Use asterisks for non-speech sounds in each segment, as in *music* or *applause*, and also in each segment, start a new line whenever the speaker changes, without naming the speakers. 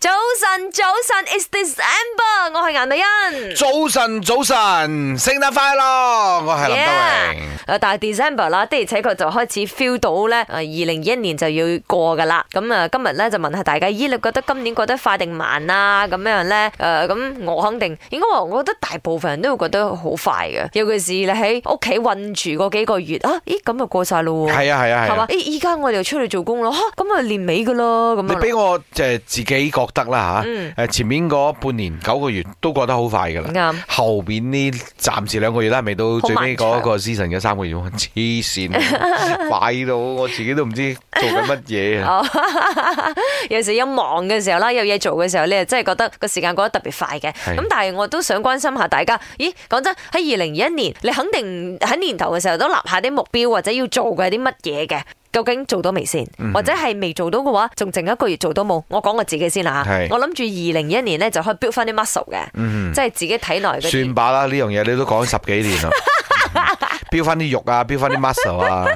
早晨，早晨，It's December，我係顏美欣。
早晨，早晨，聖誕快樂！我係林德榮。
誒，啊但係 December 啦，的而且確就開始 feel 到咧，誒，二零二一年就要過噶啦。咁啊，今日咧就問下大家，咦，你覺得今年過得快定慢啊？咁樣咧，誒，咁我肯定，應該話，我覺得大部分人都會覺得好快嘅，尤其是你喺屋企困住嗰幾個月啊，咦，咁就過晒咯喎，
係啊，係啊，
係
係
嘛
啊？。
咦，依家我哋又出去做工咯，嚇咁啊年尾噶咯，咁
你
樣咯。
俾我即係自己覺得啦吓，
嗯
誒前面嗰半年九個月都過得好快噶啦，
啱。
後邊呢暫時兩個月都係未到最尾嗰個 season 嘅三個月， *laughs* 黐線，快到我自己都唔知做緊乜嘢啊！
*laughs* 哦， *laughs* 有時一忙嘅時候啦，有嘢做嘅時候，你又真係覺得個時間過得特別快嘅。
係
咁但係我都想關心下大家。咦，講真，喺二零二一年，你肯定喺年頭嘅時候都立下啲目標或者要做嘅啲乜嘢嘅。究竟做到未先，
嗯
或者係未做到嘅話，仲剩一個月做到冇？我講我自己先啦吓
係嗯
我諗住二零二一年咧就可以 build 翻啲 muscle 嘅，即係自己體內嗰啲
算吧啦，呢樣嘢你都講咗十
*laughs*
幾年啦，飆翻啲肉啊，飆翻啲 muscle 啊，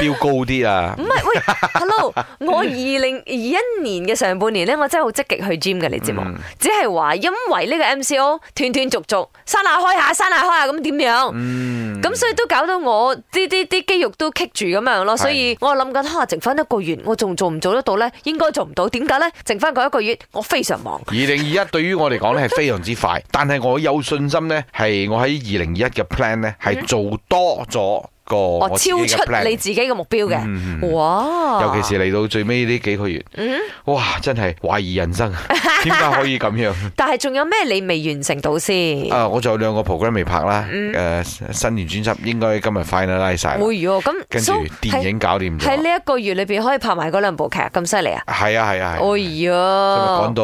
飆高啲啊
唔！係
*laughs*
喂，hello！我二零二一年嘅上半年咧，我真係好積極去 gym 嘅，你知冇？
嗯
只係話因為呢個 MCO 斷斷續續，山下開下，山下開下咁點樣？
嗯，
咁所以都搞到我啲啲啲肌肉都棘住咁樣咯，所以我諗緊嚇，剩翻一個月，我仲做唔做得到咧？應該做唔到，點解咧？剩翻嗰一個月，我非常忙。
二零二一對於我嚟講咧係非常
*laughs*
之快，但係我有信心咧係我喺二零二一嘅 plan 咧係做多咗個
我
*laughs* 我
嗯哦超
自己嘅
出
plan，
你自哦己嘅目標
嗯
嘅，哇！
尤其是嚟到最尾呢幾個月，
嗯
哇真係懷疑
*laughs*
人生，啊點解可以咁樣？
但係仲有咩你未完成到先？
啊，我仲有兩個 program 未拍啦，誒新年專輯應該今日 finalize 晒啦，
嗯會喎，哎咁
跟
so
住
係
電影搞掂
喺呢
咗，
一個月裏邊可以拍埋嗰兩部劇，咁犀利啊！
係啊係啊
哎嗯
係啊，
呀
講，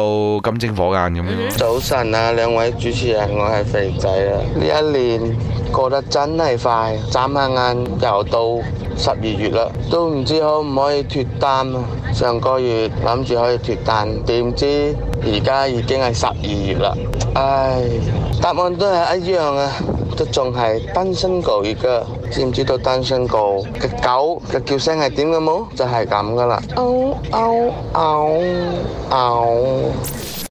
到金睛火眼咁樣。
早晨啊，兩位主持人，我係肥仔啊。呢一年過得真係快，眨下眼又到十二月啦，都唔知可唔可以脱單啊！上個月諗住可以脱單，點知而家已經係十二月啦。唉，答案都係一樣啊，都仲係單身狗而家。知唔知道單身狗嘅狗嘅叫聲係點嘅哦冇？就係咁噶啦，嗷嗷嗷嗷。